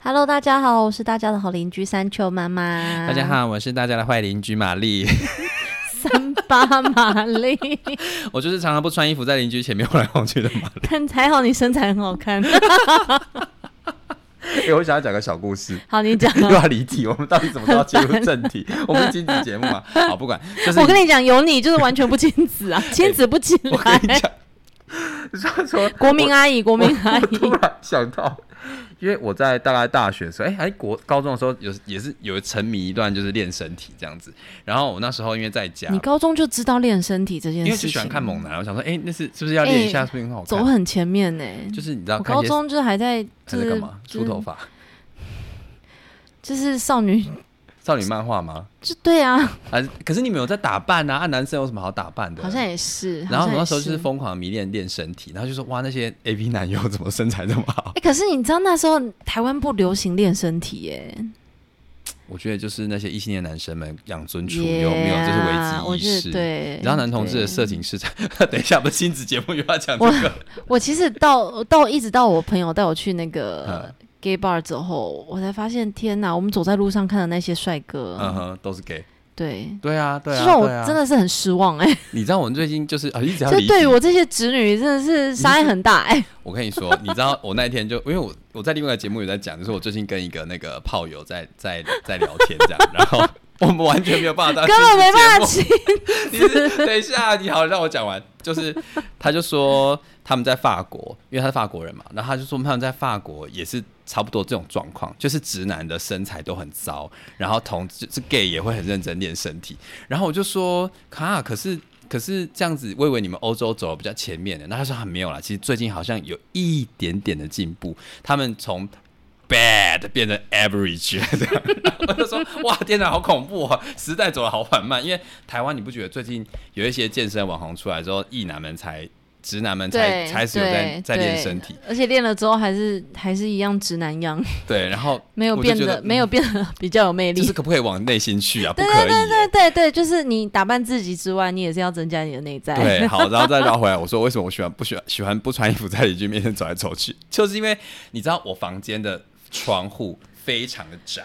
Hello，大家好，我是大家的好邻居山丘妈妈。大家，好，我是大家的坏邻居玛丽。 三八玛丽，我就是常常不穿衣服在邻居前面晃来晃去的 玛丽。但还好你身材很好看。欸我想要讲个小故事，好， 你讲。又要离题，我们到底怎么都要切 入正题？我们是亲子节目嘛， 好，不管，就是我跟你讲，有你就是完全不亲子啊，亲子不起 我跟你来。讲，就是说国民阿姨，国我民阿我姨突，然想到，因为我在大概大学的时候，哎、还国高中的时候有也是有沉迷一段就是练身体这样子，然后我那时候因为在家你。高中就知道练身体这件因为事就情，喜欢看猛男，我想说，哎、那是是不是要练一下？哎是不是很好看？走很前面呢、就是你知道，我看一高些中就还在，还就在是干嘛？梳头，发、就是就是少女，少女漫画吗？就对啊，啊，可是你们有在打扮啊？啊，男生有什么好打扮的？好像也是。然好后我像也那时候就是是疯狂迷恋练身体，然后就说哇，那些 A V 男优怎么身材这么好 哎、？可是你知道那时候台湾不流行练身体耶、我觉得就是那些异性恋男生们养尊处耶优，没有，这是我危觉机意识。得对，你知道男同志的对色情市场？ 等一下，不是亲子节目又要讲这个？我其实到到一直到我朋友带我去那个嗯 gay bar 之后，我才发现，天哪！我们走在路上看的那些帅哥，嗯哼，都是 gay。对，对啊，对就啊，让我对啊真，的是很失望哎、你知道我们最近就是啊，一直要就离对于题我这些侄女真的是伤害很大哎、我跟你说， 你知道我那一天就因为我我在另外一个节目有在讲，就是我最近跟一个那个炮友在在在聊天这样，然后我们完全没有 办法当根本没办法亲亲。子啊节目。 你是等一下，你好，让我讲完。就是他就说他们在法国，因为他是法国人嘛，然后他就说他们在法国也是差不多这种状况，就是直男的身材都很糟，然后同志是 gay 也会很认真练身体。然后我就说卡，可是。可是这样子，我以为你们欧洲走的比较前面的，那他说还没有啦。其实最近好像有一点点的进步，他们从 bad 变成 average 这样。我就说哇，天哪，好恐怖啊！时代走的好缓慢，因为台湾你不觉得最近有一些健身网红出来之后，异男们才直男们才对，开始有在对在练对身体，而且练了之后还是还是一样直男样，对，然后没有我就变觉得得嗯没有变得比较有魅力。就是可不可以往内心去啊？不对可以对耶、对对对对，就是你打扮自己之外，你也是要增加你的内在。 对，好，然后再绕回来，我说为什么我喜欢不喜欢喜欢不穿衣服在邻居面前走来走去，就是因为你知道我房间的窗户非常的窄，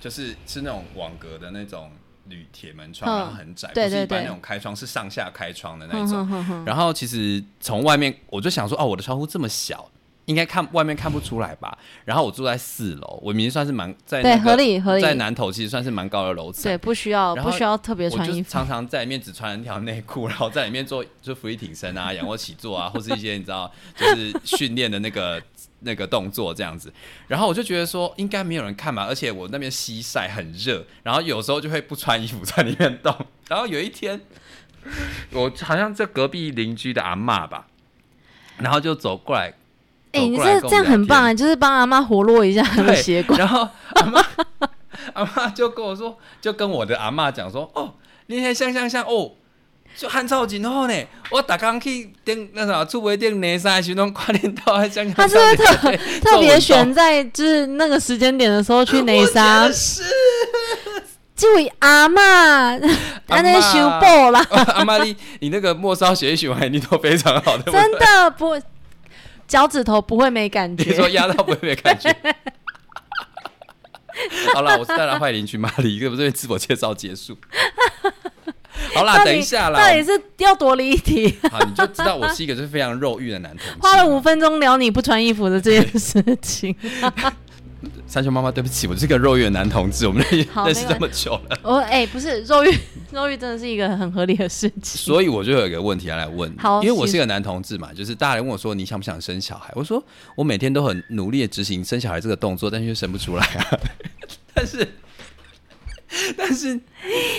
就是是那种网格的那种铝铁门窗，嗯然后很窄，对不是一对般对那种开窗是上下开窗的那哼种。 哼哼哼然后其实从外面我就想说，哦，我的窗户这么小。应该看外面看不出来吧？然后我住在四楼，我明明算是蛮在对那个合理合理在南头其实算是蛮高的楼层对，，不需要然不后需要特别我穿就衣服。常常在里面只穿一条内裤， 然后在里面做就俯卧挺身啊、仰卧起坐啊，或是一些你知道就是训练的那个 那个动作这样子。然后我就觉得说应该没有人看吧，而且我那边西晒很热，然后有时候就会不穿衣服在里面动。然后有一天， 我好像在隔壁邻居的阿嬷吧，然后就走过来。哎、走你过来这跟我这样聊很天棒哎、就是帮阿妈活络一 下她的对，血管。然后阿妈阿妈就跟我说，就跟我的阿妈讲说，哦，你那像像像哦。就汉超真好呢，我逐工去顶那啥厝尾顶内山的时候，拢看恁到还啊香香。他是不是特特别选择在就是那个时间点的时候去内杀？沙我觉得？是这位阿 妈，安尼嬷修补 啦，阿妈，你你那个末梢血液循环力都非常好，对不对真？的不，脚趾头不会没感你说觉。压到不会没感觉？ 好啦，我是带来坏邻居玛丽，这不是自我介绍结束。好啦，到底等一下啦，到底是要多离题？好，你就知道我是一个就是非常肉欲的男同志。花了五分钟聊你不穿衣服的这件事 情。三熊妈妈，对不起，我是个肉欲的男同志，我们 认好认识没这关么久了，我哎、不是肉欲，肉欲真的是一个很合理的事情。所以我就有一个问题要来问你，好因为我是请个男同志嘛，就是大家来问我说你想不想生小孩，我说我每天都很努力的执行生小孩这个动作，但是就生不出来啊。 但是，但是，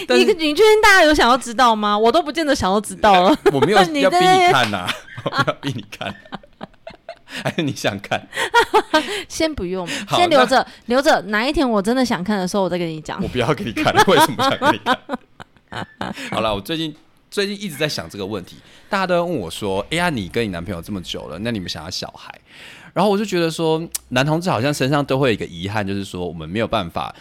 但你是。你确定大家有想要知道吗？我都不见得想要知道了。我没有你要逼在那你边看呐、我 没有要逼你看，啊还是你想看？先不用，好先留着，留着哪一天我真的想看的时候，我再跟你讲 我。不要给你看，为什么想给你看？ 好了，我最近最近一直在想这个问题，大家都在问我说：“哎、呀，你跟你男朋友这么久了，那你们想要小孩？”然后我就觉得说，男同志好像身上都会有一个遗憾，就是说我们没有办法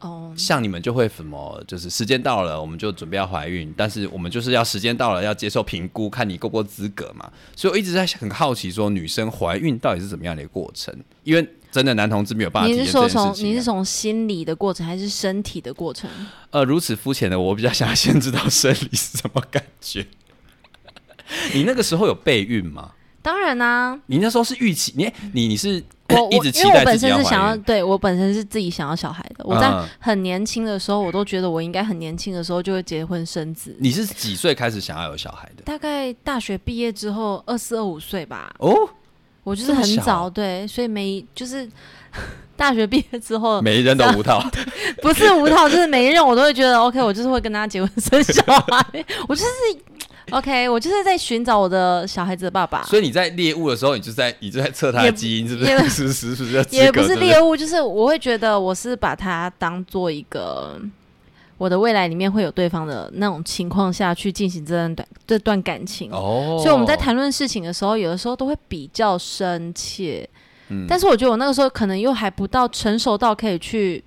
哦，像你们就会什么，就是时间到了，我们就准备要怀孕，但是我们就是要时间到了要接受评估，看你够不够资格嘛。所以我一直在很好奇，说女生怀孕到底是怎么样的一个过程？因为真的男同志没有办法体你验是这说件事情啊、从你是从心理的过程还是身体的过程？呃，如此肤浅的我，比较想要先知道生理是什么感觉。 你那个时候有备孕吗？当然啦、 你那时候是预期，你你你是我一我直期因为我待本自己身要是想怀要，孕，对我本身是自己想要小孩的。我在嗯很年轻的时候，我都觉得我应该很年轻的时候就会结婚生子。你是几岁开始想要有小孩的？大概大学毕业之后，二四二五岁吧，哦，我就是这么很小啊早对，所以没就是 大学毕业之后，每一人都 无套， 不是无套，就是每一任我都会觉得 OK，我就是会跟他结婚生小孩， 我就是 OK，我就是在寻找我的小孩子的爸爸。所以你在猎物的时候，你就在你就在测它也的不基因是不也不 是是是是不是要资也格不是对猎物，就是我会觉得我是把它当做一个我的未来里面会有对方的那种情况下去进行这段短这段感情。哦，所以我们在谈论事情的时候，有的时候都会比较深切，嗯，但是我觉得我那个时候可能又还不到成熟到可以去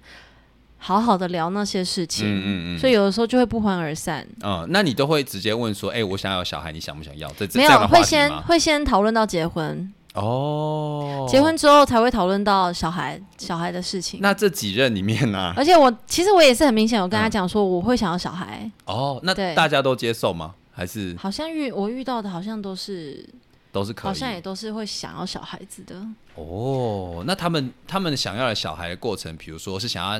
好好的聊那些事情，嗯嗯嗯所以有的时候就会不欢而散。嗯，那你都会直接问说，哎、我想要有小孩，你想不想要？这这没这样有，的话会题先吗会先讨论到结婚，哦，结婚之后才会讨论到小孩小孩的事情。那这几任里面啊呢、而且我其实我也是很明显，我跟他讲说我会想要小孩，哦，那对大家都接受吗？还是好像遇我遇到的好像都是，都嗯是可以？好像也都是会想要小孩子的。哦，那他们他们想要的小孩的过程，比如说是想要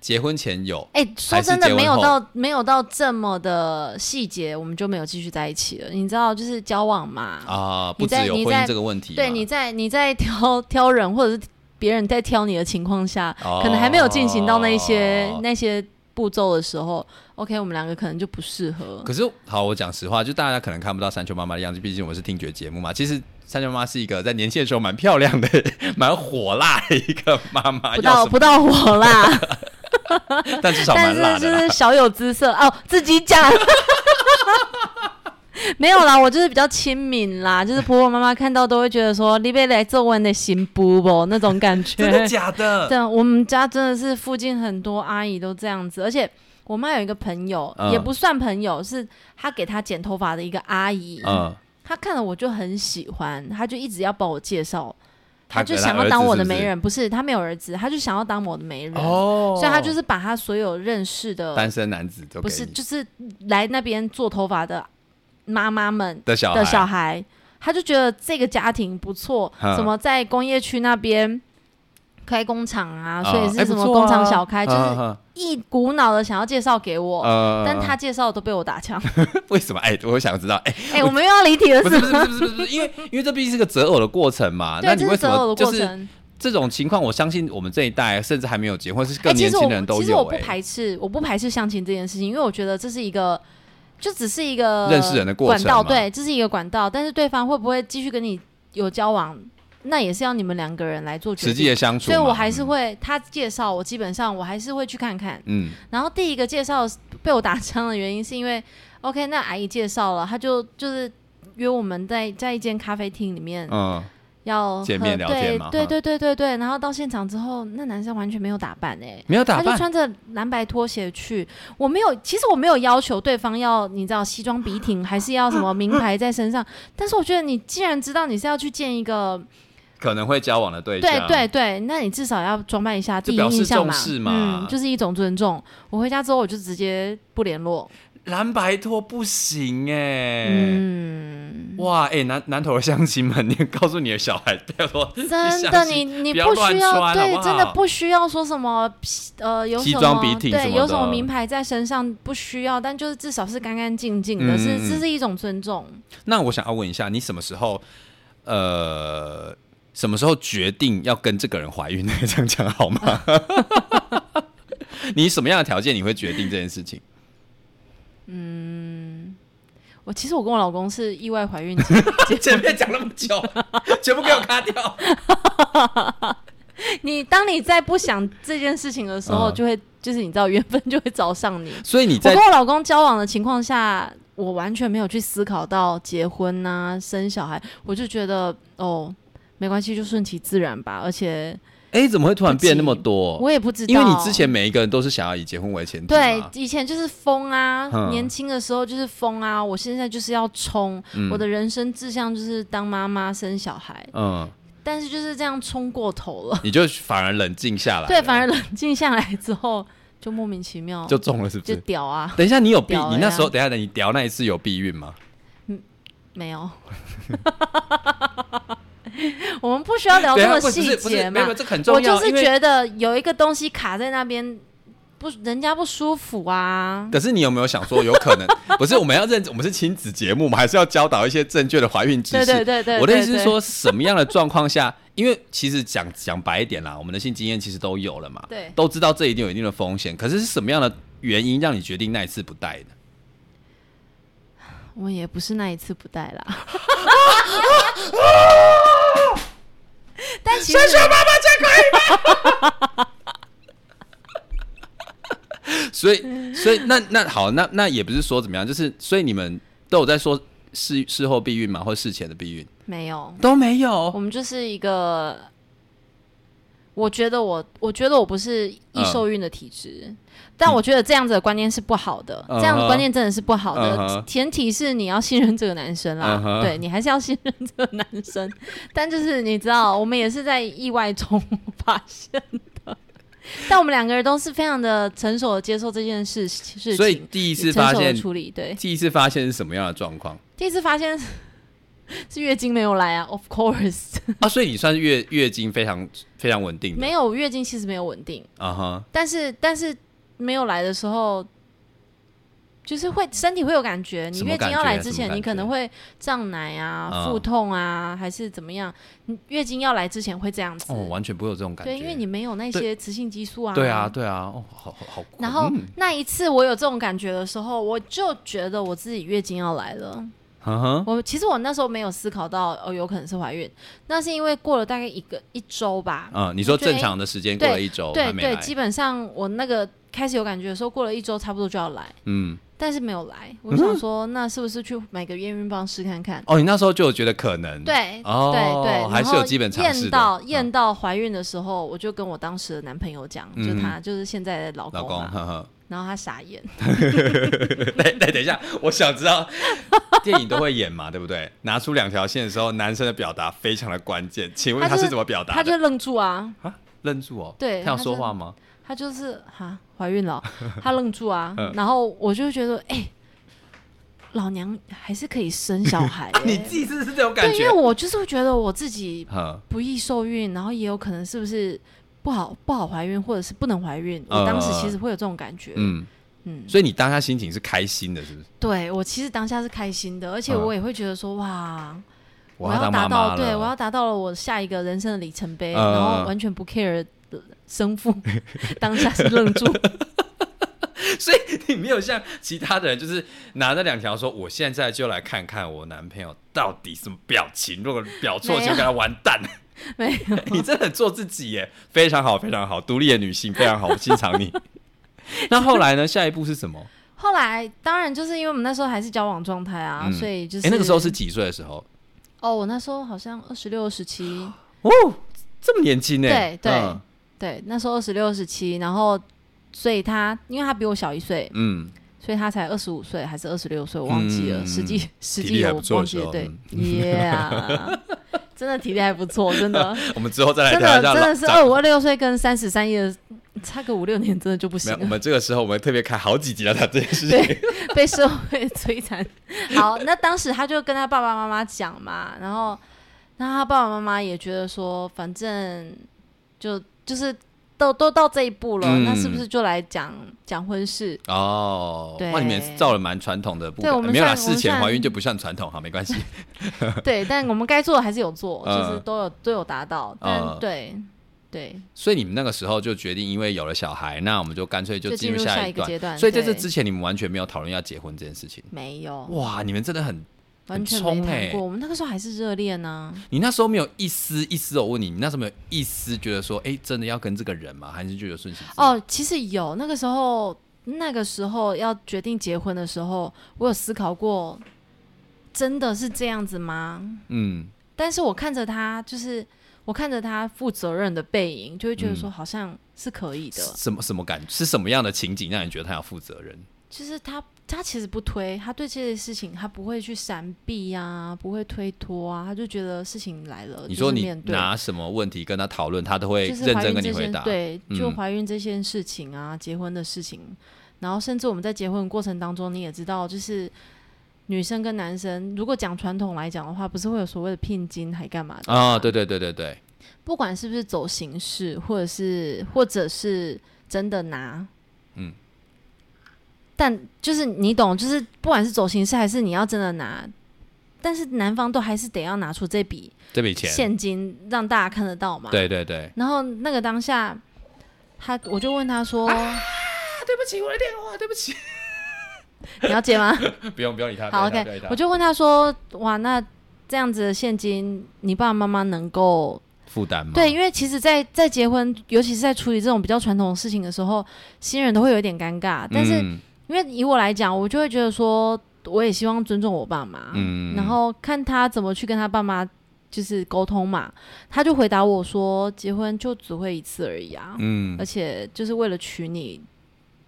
结婚前有，哎、说真的，结婚没有后到没有到这么的细节，我们就没有继续在一起了。你知道，就是交往嘛，啊、你不只在有你婚在姻这个问题嘛，对，你在你在挑挑人，或者是别人在挑你的情况下，哦可能还没有进行到那一些、那些步骤的时候，OK，我们两个可能就不适合。可是好，我讲实话，就大家可能看不到山丘妈妈的样子，毕竟我们是听觉节目嘛。其实山丘妈妈是一个在年轻的时候蛮漂亮的、 蛮火辣的一个妈妈，不要到什么？不到我 啦，但至少但蛮是辣就的啦。是小有姿色哦，自己讲。 没有啦，我就是比较亲民啦，就是婆婆妈妈看到都会觉得说你被来做我的新布不那种感觉。真的假 的？对，啊我们家真的是附近很多阿姨都这样子，而且我妈有一个朋友，嗯也不算朋友，是她给她剪头发的一个阿姨，嗯，她看了我就很喜欢，她就一直要帮我介绍，她就给她想要儿当子我是的不媒是人，不是她没有儿子，她就想要当我的媒人。哦，嗯所以他就是把他所有认识的，单身男子都不给是你就是来那边做头发的妈妈们的小的孩，小孩，他就觉得这个家庭不错，嗯怎么在工业区那边开工厂啊，嗯所以哎是不什么错工厂啊小开，嗯就是嗯一股脑的想要介绍给我。嗯但他介绍的都被我打 枪，为什么？哎，我想知道，哎，哎、我们又要离题了，不是是吗不？是不是不是不是，因为因为这毕竟是个择偶的过程嘛。对，那你这为是什择偶么的就过是程。这种情况？我相信我们这一代甚至还没有结婚，是哎，更其年实轻我人都其实我有不哎。排斥，我不排斥相亲这件事情，因为我觉得这是一个，就只是一个认识人的过管程道，嘛对，这是一个管道。但是对方会不会继续跟你有交往，那也是要你们两个人来做决实际定。的相处所嘛，以我还是会他介绍我，基本上我还是会去看看。嗯然后第一个介绍被我打枪的原因是因为，OK，那阿姨介绍了，他就就是约我们在在一间咖啡厅里面嗯，要喝见面聊天对嘛对嗯对对对对。然后到现场之后，那男生完全没有打扮哎、没有打他就扮，穿着蓝白拖鞋去，我没有，其实我没有要求对方要你知道西装笔挺，还是要什么名牌在身上。但是我觉得你既然知道你是要去见一个，可能会交往的对对象，对对，那你至少要装扮一下就第一表示印象重视嘛嗯，就是一种尊重。我回家之后我就直接不联络，蓝白拖不行哎。 嗯，哇，哎、南南头的乡亲们，你告诉你的小孩，不要说真相的，信你你不要不需乱穿要好对不，好真的不需要说什么呃有西什装么笔挺什对么有什么的名牌在身上不需要，但就是至少是干干净净的，嗯是嗯这嗯是一种尊重。那我想要问一下，你什么时候，呃，什么时候决定要跟这个人怀孕？这样讲好吗？ 你什么样的条件你会决定这件事情？我其实我跟我老公是意外怀孕 结，前面讲那么久，全部给我卡掉。 你当你在不想这件事情的时候，嗯就会、就是你知道缘分就会找上你。所以你我在跟我老公交往的情况下，我完全没有去思考到结婚啊呐、生小孩，我就觉得哦没关系，就顺其自然吧。而且哎，怎么会突然变那么多？我也不知道，哦因为你之前每一个人都是想要以结婚为前提对嘛，以前就是疯啊，嗯年轻的时候就是疯啊，我现在就是要冲，我的人生志向就是当妈妈生小孩，嗯，但是就是这样冲过头了，你就反而冷静下来了，对，反而冷静下来之后就莫名其妙就中了，是不？就是屌啊，等一下，你有避屌？了你那时候呀等一下等你屌那一次有避孕吗？没有。 我们不需要聊这么等一下细啊不是不是节没有嘛没有，这个很我重要，就是因为觉得有一个东西卡在那边，不人家不舒服啊。可是你有没有想说，有 可能不是我们要认，我们是亲子节目，我们还是要教导一些正确的怀孕知识。对对对对我的意思对对是说，什么样的状况下，因为其实讲讲白一点啦，我们的性经验其实都有了嘛，对都知道这一定有一定的风险。可是是什么样的原因让你决定那一次不带的？我也不是那一次不带啦。 但其实所以，所以那那好，那那也不是说怎么样，就是所以你们都有在说事事后避孕嘛，或事前的避孕没有，都没有我们就是一个，我觉得我，我觉得我不是易受孕的体质，但我觉得这样子的观念是不好的，嗯嗯哼这样的观念真的是不好的。嗯哼前提是你要信任这个男生啦，嗯哼对你还是要信任这个男生， 但就是你知道，我们也是在意外中发现的。 但我们两个人都是非常的成熟的接受这件事事情，所以第一次成发熟的现，处理。对，第一次发现是什么样的状况 第一次发现 是月经没有来啊，of course，啊？所以你算是月月经非常非常稳定的，没有月经其实没有稳定，啊哈，但是但是没有来的时候，就是会身体会有感觉。你什么月经感要觉来什之么前，感你可能觉会胀奶啊、嗯腹痛啊，还是怎么样？你月经要来之前会这样子，哦，完全不会有这种感觉，对，因为你没有那些雌性激素啊。对啊，。对啊，哦，好好好酷，然后、嗯那一次我有这种感觉的时候，我就觉得我自己月经要来了。嗯哼，我其实我那时候没有思考到哦，有可能是怀孕，那是因为过了大概一个一周吧，嗯，你说我觉得正常的时间过了一周对还没对，来，基本上我那个开始有感觉的时候，过了一周差不多就要来，嗯，但是没有来。我就想说，那是不是去买个验孕棒试看看？哦，你那时候就有觉得可能，对，哦对对，还然是有后基本常识的验到嗯验到怀孕的时候，我就跟我当时的男朋友讲，就他就是现在的老嗯老公，嘛，呵呵， 然后他傻眼，对对，等一下，我想知道电影都会演嘛，对不对？拿出两条线的时候，男生的表达非常的关键，请问他他就是是怎么表他达就的？愣住啊，啊，愣住哦，对他要他说就话吗？他就是哈怀孕 了，他愣住啊嗯，，然后我就觉得哎。老娘还是可以生小孩、欸 你自己是不是这种感对，因为？觉我就是会觉得我自己嗯，不易受孕，然后也有可能是不是不好不好怀孕，或者是不能怀孕。呃我当时其实会有这种感觉，嗯嗯，所以你当下心情是开心的，是不是？对我其实当下是开心的，而且嗯我也会觉得说哇，要要当达到妈妈了，对我要达到了我下一个人生的里程碑，呃然后完全不 care 呃生父， 当下是愣住， 所以 你没有像其他的人，就是拿着两条说，我现在就来看看我男朋友到底什么表情，如果表错没就有跟他完 蛋。没有，你真的很做自己耶，非常好，非常好，独立的女性，非常好，我欣赏 你。那后来呢？下一步是什么？后来当然就是因为我们那时候还是交往状态啊，嗯所以就哎、是、那个时候是几岁的时候？哦，我那时候好像二十六、十七。哦，这么年轻呢？对对嗯对，那时候二十六、二十七，然后所以他因为他比我小一岁，嗯，所以他才二十五岁还是二十六岁，我忘记了，嗯实际实体际力还我不错忘的记时了，候嗯对，Yeah，真的体力还不错，真 的我们之后再来真聊的一下真老的是长二五二六岁跟三十三一的差个五六年，真的就不没行有，我了，们这个时候我们特别开好几集来谈这件事情对。 被社会摧残。 好，那当时他就跟他爸爸妈妈讲嘛，然后那他爸爸妈妈也觉得说，反正就就是都都到这一步了，嗯那是不是就来讲讲婚事？哦，对哇，你们也是照了蛮传统的步对我骤，们没有啦，算我们事前算怀孕就不算传统，好，没 关系。 对，但我们该做的还是有做，嗯就是都有都有达到，嗯但对对，所以你们那个时候就决定，因为有了小孩，那我们就干脆就就进进入入下下一一个段。阶段。所以在这对之前，你们完全没有讨论要结婚这件事情。没有，哇，你们真的很，完全很没冲谈欸过。我们那个时候还是热恋啊呢，你那时候没有一丝一丝，我问你，你那时候没有一丝觉得说，哎、真的要跟这个人吗？还是觉得顺其自然？哦，其实有那个时候，那个时候要决定结婚的时候，我有思考过，真的是这样子吗？嗯，但是我看着他，就是我看着他负责任的背影，就会嗯觉得说好像是可以的。什么什么感？是什么样的情景让你觉得他要负责任？就是他他其实不推，他对这些事情他不会去闪避啊，不会推脱啊，他就觉得事情来了，你就说是你面对。拿什么问题跟他讨论，他都会就是认怀真孕跟你这回件答。对，就嗯怀孕这件事情啊，结婚的事情，然后甚至我们在结婚的过程当中，你也知道，就是女生跟男生，如果讲传统来讲的话，不是会有所谓的聘金还干嘛的啊、吗对对对对对，不管是不是走形式，或者是或者是真的拿，嗯，但就是你懂，就是不管是走形式还是你要真的拿，但是男方都还是得要拿出这笔这笔钱，现金让大家看得到嘛。。对对对，然后那个当下，他我就问他说：“啊对不起，我的电话，对 不起，你要接吗？”不用不用理他，好不用理他不用理，OK。他我就问他说：“哇，那这样子的现金，你爸爸妈妈能够负担吗？对，，因为其实在，在结婚，尤其是在处理这种比较传统的事情的时候，新人都会有一点尴尬。但是，嗯、因为以我来讲，我就会觉得说，我也希望尊重我爸妈，嗯然后看他怎么去跟他爸妈就是沟通嘛。他就回答我说，结婚就只会一次而已啊，嗯而且就是为了娶你，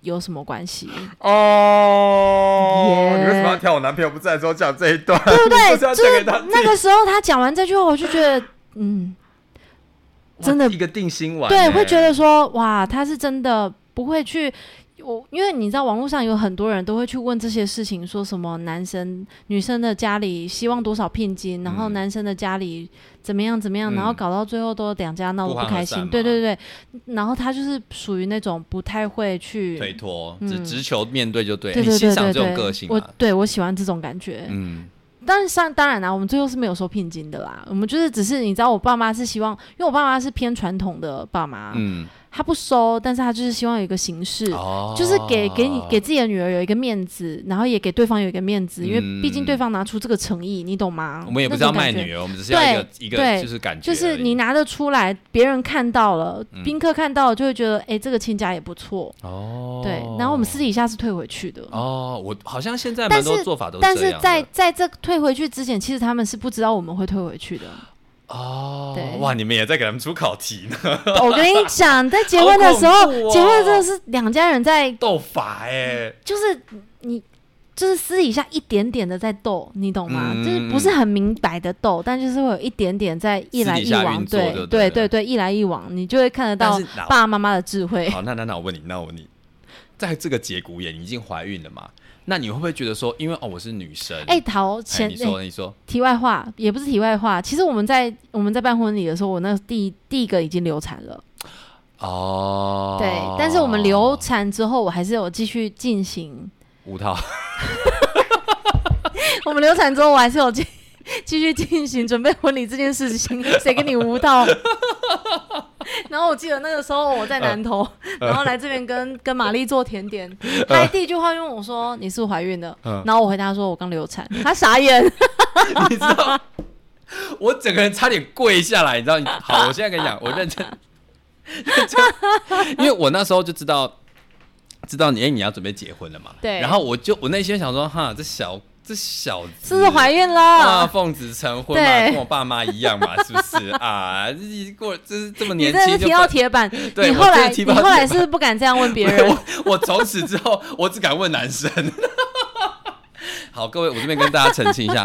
有什么关 系？哦 Yeah 你为什么要挑我男朋友不在的时候讲这一段？对对不对？就是要就讲给是他听。那个时候他讲完这句话，我就觉得，嗯，哇真的一个定心丸欸，对，会觉得说哇，他是真的不会去。我因为你知道，网络上有很多人都会去问这些事情，说什么男生、女生的家里希望多少聘金，然后嗯男生的家里怎么样怎么样，然后嗯搞到最后都两家闹得不欢不而开散心。嘛对对对，然后他就是属于那种不太会去推脱，嗯只直球面对就对了。对你对欣对赏对这种对，个性我啊？对我喜欢这种感觉。嗯，但是上当然啦、我们最后是没有收聘金的啦。我们就是只是你知道，我爸妈是希望，因为我爸妈是偏传统的爸妈，嗯，他不收，但是他就是希望有一个形式，哦就是给给你给自己的女儿有一个面子，然后也给对方有一个面子，因为毕竟对方拿出这个诚意，你懂吗？嗯我们也不是那要种卖感觉女儿，我们只是要一个对一个对就是感觉就而已，是你拿得出来，别人看到了，嗯宾客看到了就会觉得，哎、这个亲家也不错，哦，对。然后我们私底下是退回去的，哦，我好像现在但蛮多是做法都但这是样的在在这退回去之前，其实他们是不知道我们会退回去 的。哦对，哇，你们也在给他们出考题呢，我跟你讲，在结婚的时好候，恐怖哦结婚的时候是两家人在斗法哎，就是你就是私底下一点点的在斗，你懂吗？嗯就是不是很明白的斗，但就是会有一点点在一来一私底下往，运作就对对了对对对，一来一往，你就会看得但到是哦哪爸爸妈妈的智慧。好，那那那我问你，那我问你，在这个节骨眼，你已经怀孕了嘛？那你会不会觉得说，因为哦，我是女生， 哎，陶哎，前你哎说你说，题外话也不是题外话，其实我们在我们在办婚礼的时候，我那第一第一个已经流产了，哦，对，但是我们流产之后，我还是有继续进行，五套， 我们流产之后，我还是有继 继续进行准备婚礼这件事情，谁跟你无道？ 然后我记得那个时候我在南投，嗯然后来这边跟跟玛丽做甜点，她还第一句话就问我说：“你是不是怀孕了？”嗯然后我回答说：“我刚流产。”她傻眼，你知道，我整个人差点跪下来，你知道？你好，我现在跟你讲，我认真，认真因为我那时候就知道，知道你哎，你要准备结婚了嘛，对然后我就我内心想说，哈，这小这小子是不是怀孕啊，了？奉子成婚嘛，对跟我爸妈一样嘛，是不是啊？一过就是这么你年真的是轻就踢到分铁板， 对你后我真来的踢你到后来是不是不敢这样问别没有人。 我我从此之后，我只敢问男生。 好，各位，我这边跟大家澄清一下，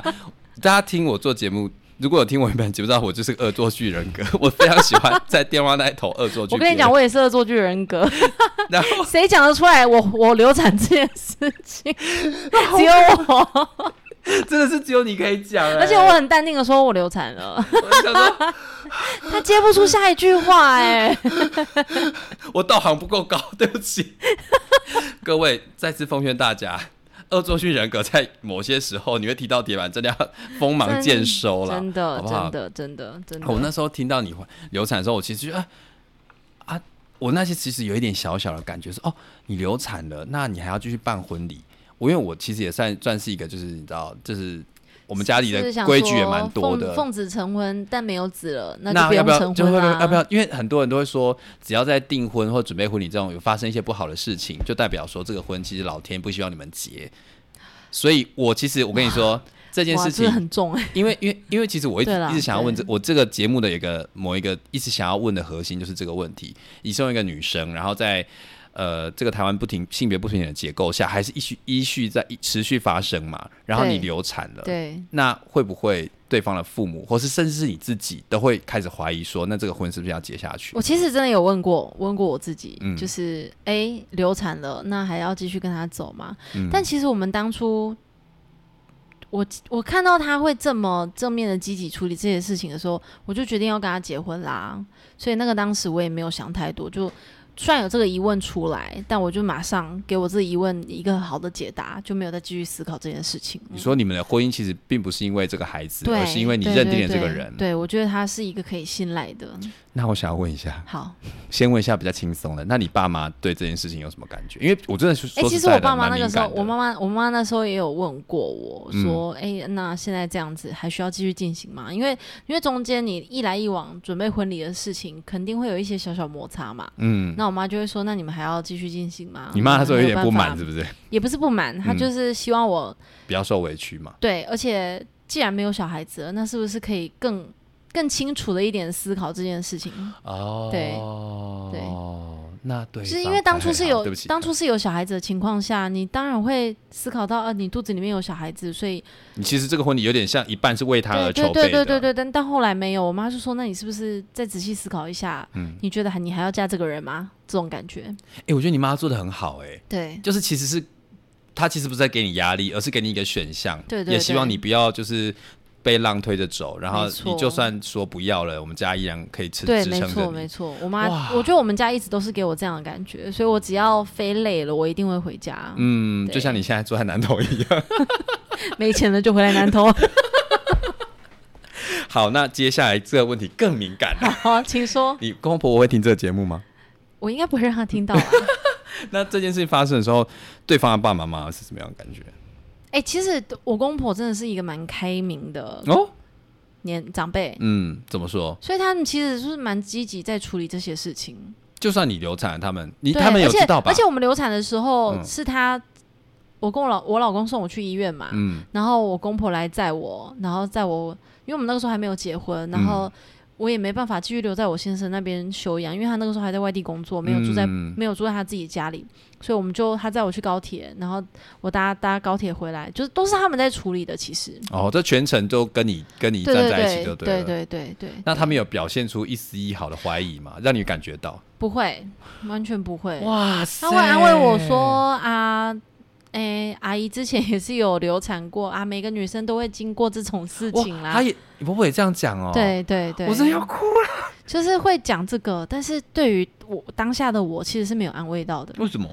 大家听我做节目，如果有听我原本节目，知道我就是个恶作剧人格，我非常喜欢在电话那一头恶作剧。我跟你讲，，我也是恶作剧人格，然后谁讲得出来我 我流产这件事 情？只有我。真的是只有你可以讲、哎 而且我很淡定的说，我流产 了。我就想说，他接不出下一句话、 哎，我道行不够高，对不起。 各位，再次奉劝大家。恶作剧人格在某些时候你会提到铁板，真的要锋芒真渐收了，真的，好不好真的，真的，真的。啊我那时候听到你流产的时候，我其实就啊啊，我那些其实有一点小小的感觉是哦，你流产了，那你还要继续办婚礼。我因为我其实也算算是一个，就是你知道，就是我们家里就是的想规矩也蛮说多奉的。奉子成婚，但没有子了，那就那不要用不要成就会婚啊不啦。会要不要？因为很多人都会说，只要在订婚或准备婚礼这种有发生一些不好的事情，就代表说这个婚其实老天不希望你们结。所以我其实我跟你说，这件哇，事这情个，很重哎、因为因为因为其实我一直对啦一直想要问这对我这个节目的一个某一个一直想要问的核心就是这个问题：你身为一个女生，然后在呃这个台湾不停性别不平等的结构下，还是依续依序在持续发生嘛？然后你对流产了，对，那会不会对方的父母，或是甚至是你自己，都会开始怀疑说，那这个婚是不是要结下去？我其实真的有问过，问过我自己，嗯就是哎、诶流产了，那还要继续跟他走吗？嗯但其实我们当初，我我看到他会这么正面的积极处理这些事情的时候，我就决定要跟他结婚啦。所以那个当时我也没有想太多，就虽然有这个疑问出来，但我就马上给我这疑问一个好的解答，就没有再继续思考这件事情。你说你们的婚姻其实并不是因为这个孩子，对，而是因为你对认对定了这个对人。对，我觉得他是一个可以信赖的。那我想要问一下，好，先问一下比较轻松的，那你爸妈对这件事情有什么感觉？因为我真的是哎、说其实实在我的爸妈蛮那个敏时候，感我的妈妈我妈妈那时候也有问过我嗯说：“哎、那现在这样子还需要继续进行吗？因为因为中间你一来一往准备婚礼的事情，肯定会有一些小小摩擦嘛。嗯，那我妈就会说：‘那你们还要继续进行吗？’你妈那时候有点不满，是是不是？也不是不满，她嗯就是希望我、比较受委屈嘛。对，而且既然没有小孩子了，那是不是可以更更清楚的一点思考这件事情？哦，对对哦，那对方还好，就是因为当初是有对不起，当初是有小孩子的情况下，你当然会思考到，呃，你肚子里面有小孩子，所以你其实这个婚礼有点像一半是为他而对筹对备的，对对对对，但但后来没有，我妈就说，那你是不是再仔细思考一下？嗯你觉得还你还要嫁这个人吗？这种感觉，哎、我觉得你妈做的很好、哎，对就是其实是她其实不是在给你压力，而是给你一个选项，对对也希对望你不要就是被浪推着走，然后没错你就算说不要了，我们家依然可以支对，支没撑着错你没。错，我妈哇，我觉得我们家一直都是给我这样的感觉，所以我只要飞累了，我一定会回家，嗯，对就像你现在坐在南头一样。没钱了就回来南投。 好，那接下来这个问题更敏感了。好，请说，你公公婆婆会听这个节目吗？我应该不会让她听到吧？ 那这件事情发生的时候，对方的爸爸妈妈是什么样的感觉？哎、其实我公婆真的是一个蛮开明的哦，年长辈，嗯，怎么说？所以他们其实就是蛮积极在处理这些事情。就算你流产了，他们你对他们有知道吧而且？而且我们流产的时候嗯是他，我跟我老我老公送我去医院嘛，嗯然后我公婆来载我，然后载我，因为我们那个时候还没有结婚，然嗯后我也没办法继续留在我先生那边休养，因为他那个时候还在外地工作，没有住在、嗯没有住在他自己家里，所以我们就他载我去高铁，然后我搭搭高铁回来，就是都是他们在处理的，其实。哦，这全程都跟你跟你对站对在一起对就对了。对对对，那他们有表现出一丝一毫的怀疑吗？让你感觉到？不会，完全不会。哇他会安慰我说：“啊，哎、阿姨之前也是有流产过啊，每个女生都会经过这种事哇情啦他。也你婆婆也这样讲哦。”，对对对，我真的要哭了。就是会讲这个，但是对于我当下的我，其实是没有安慰到的。为什么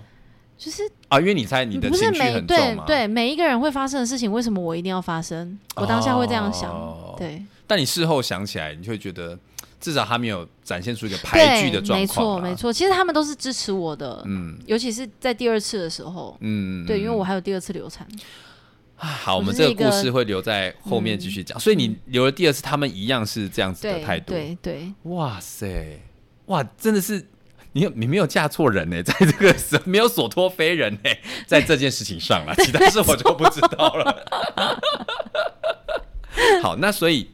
就是啊？因为你猜你的不是情绪每很重对嘛。。对每一个人会发生的事情，为什么我一定要发生？我当下会这样想。哦对但你事后想起来，你就会觉得至少他没有展现出一个排拒的对，状没况错啊。没错。其实他们都是支持我的，嗯尤其是在第二次的时候。嗯，对，因为我还有第二次流产。啊好，我们我就是这一个个嗯故事会留在后面继续讲。所以你留了第二次，他们一样是这样子的对态度。对对，哇塞，哇，真的是你有你没有嫁错人呢， 在这个时候没有所托非人 呢，在这件事情上了，其他事我就不知道了。 好，那所以。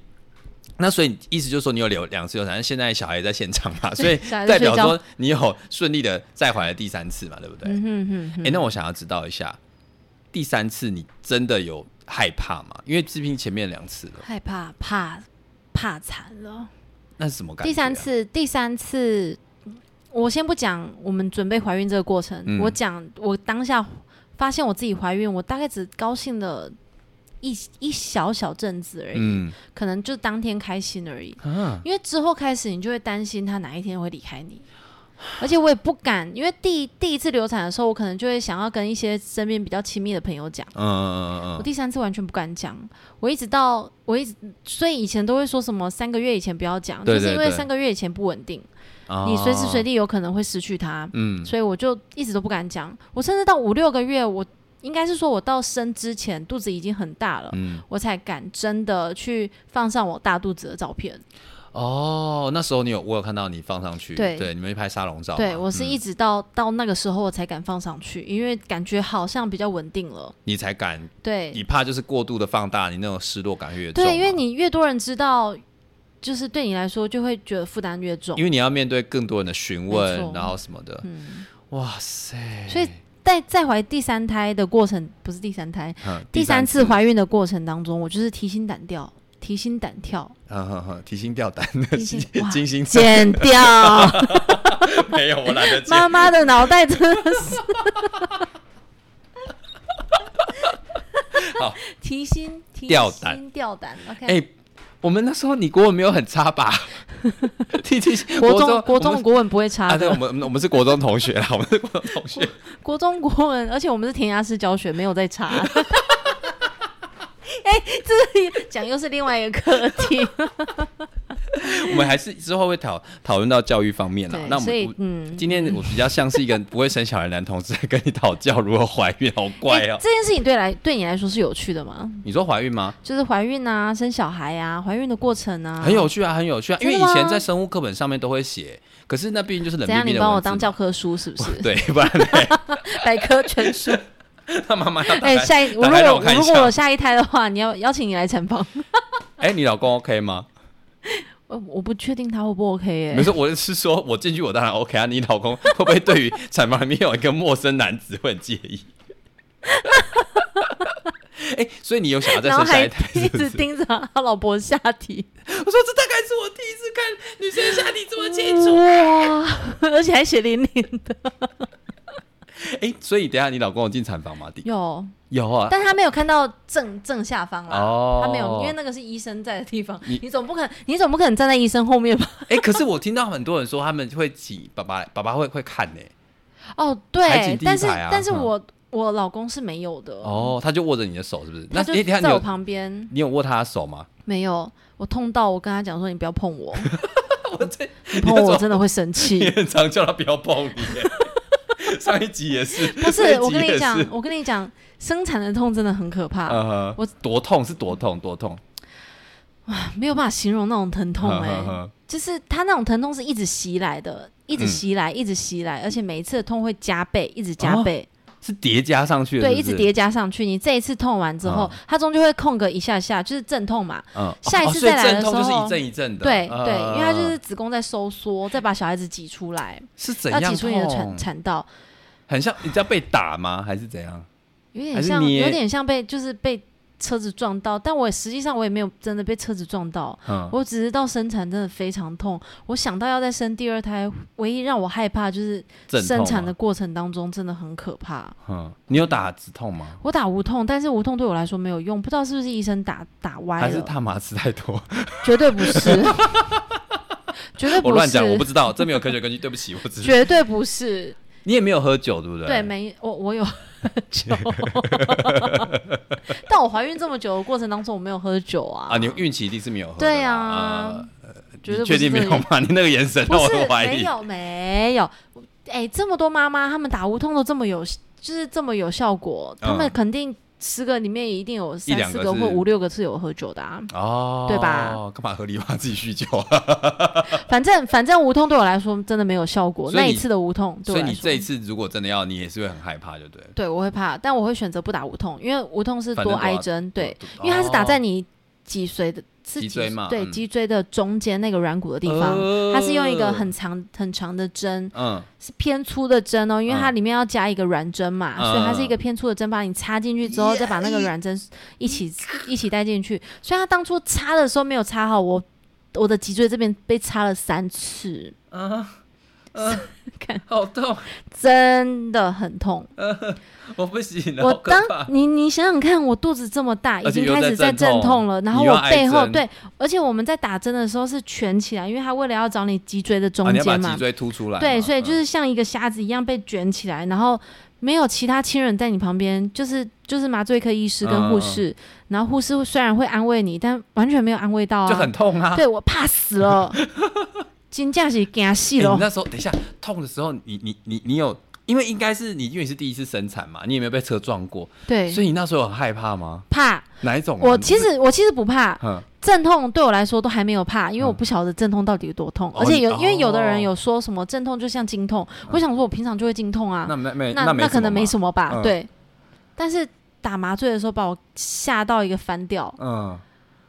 那所以意思就是说，你有留两次流产，但现在小孩也在现场嘛，所以 小孩代在表睡觉说你有顺利的再怀了第三次嘛，对不对？哎、嗯哼哼哼。那我想要知道一下，第三次你真的有害怕吗？因为毕竟前面两次了，害怕，怕，怕惨了。那是什么感觉啊、第三次，第三次，我先不讲我们准备怀孕这个过程，嗯我讲我当下发现我自己怀孕，我大概只高兴了一一小小阵子而已，嗯可能就当天开心而已。啊，因为之后开始，你就会担心他哪一天会离开你，而且我也不敢，因为第第一次流产的时候，我可能就会想要跟一些身边比较亲密的朋友讲。嗯嗯嗯我嗯，第三次完全不敢讲，我一直到我一直，所以以前都会说什么三个月以前不要讲，对就是对因为对三个月以前不稳定，哦你随时随地有可能会失去它，嗯所以我就一直都不敢讲。我甚至到五六个月，我应该是说我到生之前肚子已经很大了，嗯，我才敢真的去放上我大肚子的照片。哦，那时候你有我有看到你放上去，对你们去拍沙龙照嘛，对我是嗯一直到、到那个时候我才敢放上去，因为感觉好像比较稳定了。你才敢，对你怕就是过度的放大，你那种失落感越重嘛，啊对，因为你越多人知道，就是对你来说就会觉得负担越重因。为你要面对更多人的询没问，错然后什么的，嗯，哇塞，所以在在怀第三胎的过程，不是第三胎，嗯第三次次，怀孕的过程当中，我就是提心胆跳，提心胆 跳， 嗯哼哼，提心吊胆的提心哇金星剪掉没有，我懒 得妈剪，妈的脑袋，真的是好提心提吊胆心吊胆。OK，、哎。我们那时候你国文没有很差 吧？ 提提国中国国中的国文不会差啊，对，的，我们我们是国中同学啦，我们是国中同学。国中国文，而且我们是填鸭式教学，没有在 查。哎、这里讲又是另外一个课题， 我们还是之后会讨讨论到教育方面啦。对，那我所们以我嗯，今天我比较像是一个不会生小孩的男同志，跟你讨教如何怀孕，好怪哎哦、这件事情对来对你来说是有趣的吗？你说怀孕吗？就是怀孕啊、生小孩啊、怀孕的过程啊，很有趣啊，很有趣啊，因为真的以吗前在生物课本上面都会写，可是那毕竟就是冷怎样？冰你冰的帮我文字当嘛教科书是不是？ 对，不然呢百科全 书。他妈妈要打 哎、开。下一我打如开让果我看一如下果我下一胎的话，你要邀请你来产房，哎、你老公 OK 吗？ 我我不确定他会不 OK 哎、没事，我是说我进去我当然 OK 啊，你老公会不会对于产房里面有一个陌生男子会很介意？ 哎、所以你有想要再然后生下 还一胎一 是不直是？盯着他老婆下体，我说这大概是我第一次看女生的下体这么清 楚。哇， 而且还血淋淋的。哎、所以等一下你老公有进产房吗？弟有，有啊，但他没有看到正正下方啦，哦他没有，因 为那个是医生在的地方，你你总不可能你总不可能站在医生后面吧？哎、可是我听到很多人说他们会请爸爸，爸爸会会看呢、哦，海对，景第一但是排啊但是嗯我我老公是没有的，哦，他就握着你的手是不是？那他哎、就等一下你在我有旁边，你有握他的 手吗？没有，我痛到我跟他讲说你不要碰我， 我这你碰我我这真的会生你气。很常叫他不要碰你耶。 上一集也是， 不上一是，集我跟也你是讲，我跟你讲，生产的痛真的很可怕， 嗯哼，我多痛是多痛，多痛，没有办法形容那种疼痛哎、嗯哼嗯哼就是他那种疼痛是一直袭来的，一直袭来，一直袭来，而且每一次的痛会加倍，一直加倍，是叠加上去对，的，哦是一直不是，叠加上去。你这一次痛完之后，它中间会空个一下下，就是阵痛嘛。嗯，下一哦次所以再来阵的痛就是时候一阵一阵的，对嗯对，因为它就嗯嗯是子宫在收缩，再把小孩子挤出来，是怎要样挤出你的痛产产道，很像你知道被打吗？还是怎样？有还点是像，捏有点像被就是被车子撞到，但我实际上我也没有真的被车子撞到，嗯，我只是到生产真的非常痛。我想到要再生第二胎，唯一让我害怕就是阵痛啊生吗产的过程当中真的很可怕。嗯，你有打止痛吗？我打无痛，但是无痛对我来说没有用，不知道是不是医生打打歪还是了，大麻吃太多？绝对 不是，绝对不我是，乱讲，我不知道，这没有科学根据，对不起，我只 是绝对不是，你也没有喝酒，对不对？对，没我我有酒， 但我怀孕这么久的过程当中，我没有喝酒啊啊，你运气一定是没有喝的啦。对啊绝对你不确是定没这有个吗？你那个眼神不让我是很怀没疑。有没有，哎、这么多妈妈她们打无痛都这么有，就是这么有效果，她、们嗯肯定十个里面一定有三两四个个是或五六个是有喝酒的啊。哦，对吧？干嘛合理化自己酗酒啊？反正反正无痛对我来说真的没有效果，所以那一你次的无痛对啊所我以来你说，这一次如果真的要，你也是会很害怕，就对了。对我会怕，但我会选择不打无痛，因为无痛是反多正都挨要针，对，哦，因为它是打在你脊髓的。是脊椎嘛对，嗯哦脊椎的中间那个软骨的地方，它是用一个很长很长的针，嗯是偏粗的针哦，因为它嗯里面要加一个软针嘛，嗯所以它是一个偏粗的针，把你插进去之后， Yeah，再把那个软针一起一起带进去。所以它当初插的时候没有插好，我我的脊椎这边被插了三次，嗯嗯，看好痛，真的很痛。我不行了，我好可当 怕。你你想想看，我肚子这么大，而已且经又开始在在阵阵痛痛了，然后你又我要挨背后针对，而且我们在打针的时候是蜷起来，因为它为了要找你脊椎的啊中你要把间脊嘛，椎凸出来嘛。对，所以嗯就是像一个瞎子一样被卷起来，然后没有其他亲人在你旁边，就是就是麻醉科医师跟护嗯士，然后护士虽然会安慰你，但完全没有安慰到啊，就很痛啊。对我怕死 了，金价是惊死欸了你。那时候等一下痛的时候，你你你你有，因为应该是你因为你是第一次生产嘛，你也没有被车撞过，对，所以你那时候有很害怕吗？怕哪一种啊？我其实我其实不怕嗯，阵痛，对我来说都还没有怕，因为我嗯不晓得阵痛到底有多痛，哦而且有你因为有的哦嗯人有说什么阵痛就像经痛，我想说我平常就会经痛啊，那没没那没可能没么什么吧，嗯对。但是打麻醉的时候把我吓到一个翻掉，嘛，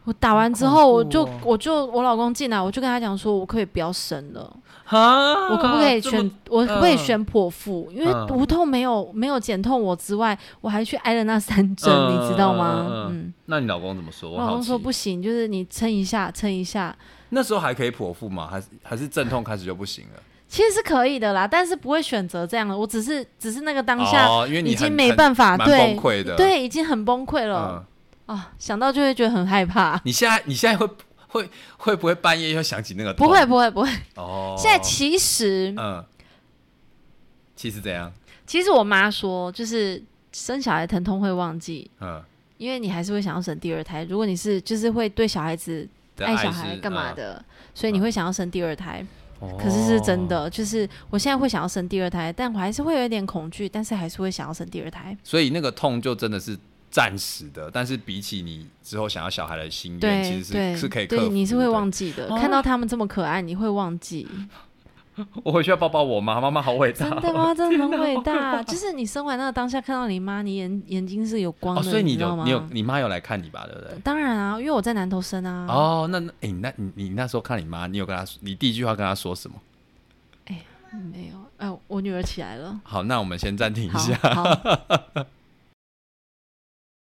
我打完之好后恐我怖就、哦我就我老公进来，我就跟他讲说，我可不可以不要生了，嗯，哈我可不可以这选么我可不可以嗯选剖腹？因为嗯无痛没有没有减痛我之外，我还去挨了那三针，嗯你知道吗嗯？嗯嗯，那你老公怎么说？我我老好公说奇不行，就是你撑一下，撑一下，那时候还可以剖腹吗？还是还是阵痛开始就不行了？其实是可以的啦，但是不会选择这样的。我只是只是那个当下、哦、因为你已经很没很办法，蛮对崩溃的。，对，已经很崩溃嗯哦了、，啊！想到就会觉得很害怕。你现在你现在会会会不会半夜又想起那个痛？不会不会不会，哦，现在其实、嗯，其实怎样？其实我妈说，就是生小孩疼痛会忘记，嗯，因为你还是会想要生第二胎。如果你是就是会对小孩子的爱爱小孩是干嘛？的，所以你会想要生第二胎。嗯可是是真。哦的，就是我现在会想要生第二胎，但我还是会有一点恐惧，但是还是会想要生第二胎。所以那个痛就真的是暂时的，但是比起你之后想要小孩的心愿，对其实对，是是可以克服对，的。你是会对哦忘记的。看到他们这么可爱，你会忘记。 我回去要抱抱我妈，妈妈好伟大真哦。的 吗？真的很伟大。就是你生完那个当下，看到你妈，你眼眼睛是有光哦，的，所以你知道有吗？你有你妈有来看你吧，对不对？当然啊，因为我在南投生啊。哦，那那哎、那你你那时候看你妈，你有跟她说，你第一句话跟她说什么？嗯没有，哎，我女儿起来了。好，那我们先暂停一好下。好，